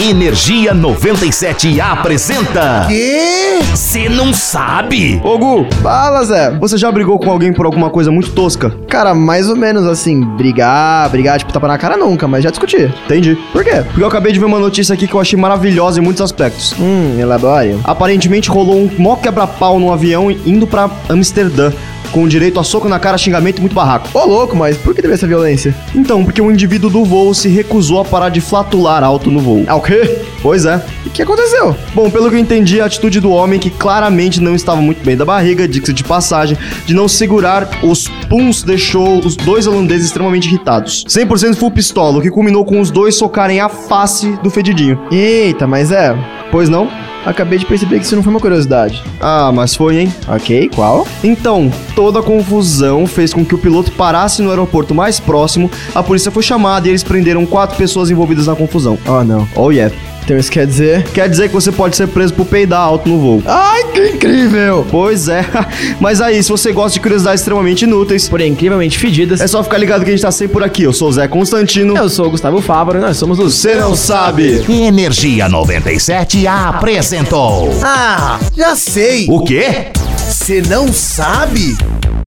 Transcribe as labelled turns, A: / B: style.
A: Energia 97 apresenta.
B: Quê?
A: Você não sabe?
C: Ô Gu, fala Zé, você já brigou com alguém por alguma coisa muito tosca?
B: Cara, mais ou menos assim, brigar, brigar, tipo, tapa na cara nunca, mas já discuti.
C: Entendi.
B: Por quê?
C: Porque eu acabei de ver uma notícia aqui que eu achei maravilhosa em muitos aspectos.
B: Hum, elabore.
C: Aparentemente rolou um mó quebra-pau num avião indo pra Amsterdã. Com direito a soco na cara, xingamento e muito barraco.
B: Ô, louco, mas por que teve essa violência?
C: Então, porque um indivíduo do voo se recusou a parar de flatular alto no voo.
B: Ah, o quê?
C: Pois é.
B: O que aconteceu?
C: Bom, pelo que eu entendi, a atitude do homem, que claramente não estava muito bem da barriga, diga-se de passagem, de não segurar os puns, deixou os dois holandeses extremamente irritados. 100% full pistola, o que culminou com os dois socarem a face do fedidinho.
B: Eita, mas é,
C: Pois não?
B: acabei de perceber que isso não foi uma curiosidade.
C: Ah, mas foi, hein?
B: Ok, qual?
C: Então, toda a confusão fez com que o piloto parasse no aeroporto mais próximo, a polícia foi chamada e eles prenderam quatro pessoas envolvidas na confusão.
B: Oh, não.
C: Oh yeah.
B: Então isso quer dizer...
C: Quer dizer que você pode ser preso por peidar alto no voo.
B: Ai, que incrível!
C: Pois é. Mas aí, se você gosta de curiosidades extremamente inúteis,
D: Porém, incrivelmente fedidas.
C: é só ficar ligado que a gente tá sempre por aqui. Eu sou o Zé Constantino.
D: Eu sou o Gustavo Fávaro e nós somos os
C: Você não sabe.
A: Energia 97 apresentou.
B: Ah, já sei!
A: O quê?
B: Você não sabe?